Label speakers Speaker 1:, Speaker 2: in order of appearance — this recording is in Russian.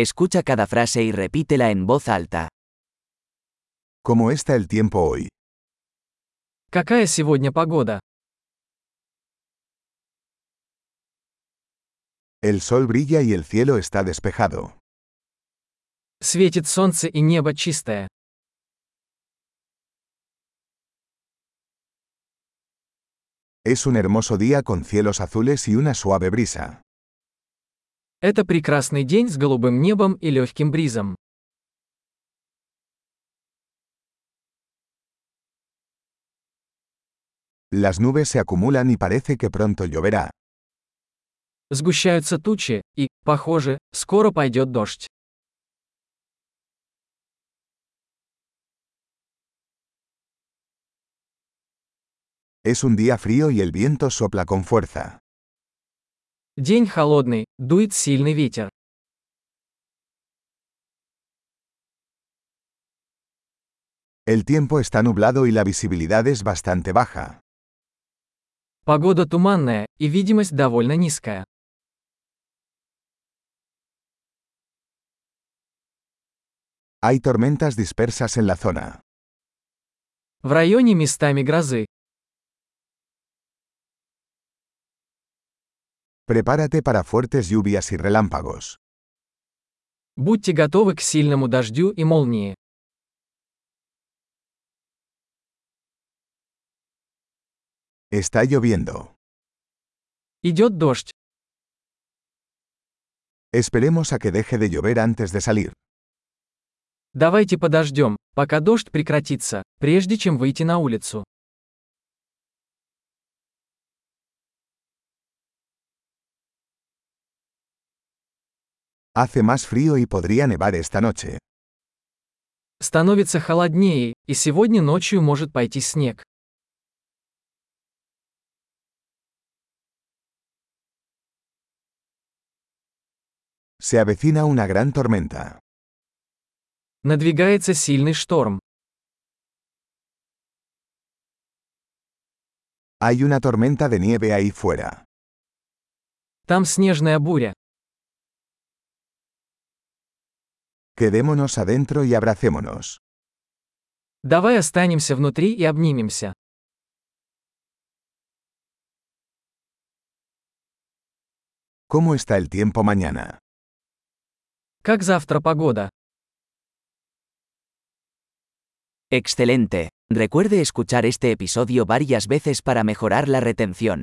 Speaker 1: Escucha cada frase y repítela en voz alta.
Speaker 2: ¿Cómo está el tiempo hoy?
Speaker 3: Какая сегодня погода?
Speaker 2: El sol brilla y el cielo está despejado.
Speaker 3: Светит солнце и небо чистое.
Speaker 2: Es un hermoso día con cielos azules y una suave brisa.
Speaker 3: Это прекрасный день с голубым небом и легким бризом.
Speaker 2: Las nubes se acumulan y parece que pronto lloverá.
Speaker 3: Сгущаются тучи, и, похоже, скоро пойдет дождь.
Speaker 2: Es un día frío y el viento sopla con fuerza.
Speaker 3: День холодный, дует сильный ветер.
Speaker 2: El tiempo está nublado y la visibilidad es bastante baja.
Speaker 3: Погода туманная, и видимость довольно низкая.
Speaker 2: Hay tormentas dispersas en la zona.
Speaker 3: В районе местами грозы.
Speaker 2: Prepárate para fuertes lluvias y relámpagos.
Speaker 3: Будьте готовы к сильному дождю и молнии.
Speaker 2: Está lloviendo.
Speaker 3: Идет дождь.
Speaker 2: Esperemos a que deje de llover antes de salir.
Speaker 3: Давайте подождем, пока дождь прекратится, прежде чем выйти на улицу.
Speaker 2: Hace más frío y podría nevar esta noche.
Speaker 3: Становится холоднее, и сегодня ночью может пойти снег.
Speaker 2: Se avecina una gran tormenta.
Speaker 3: Надвигается сильный шторм.
Speaker 2: Hay una tormenta de nieve ahí fuera.
Speaker 3: Там снежная буря.
Speaker 2: Quedémonos adentro y abracémonos.
Speaker 3: Давай останемся внутри и обнимемся.
Speaker 2: ¿Cómo está el tiempo mañana?
Speaker 3: Как завтра погода?
Speaker 1: Excelente. Recuerde escuchar este episodio varias veces para mejorar la retención.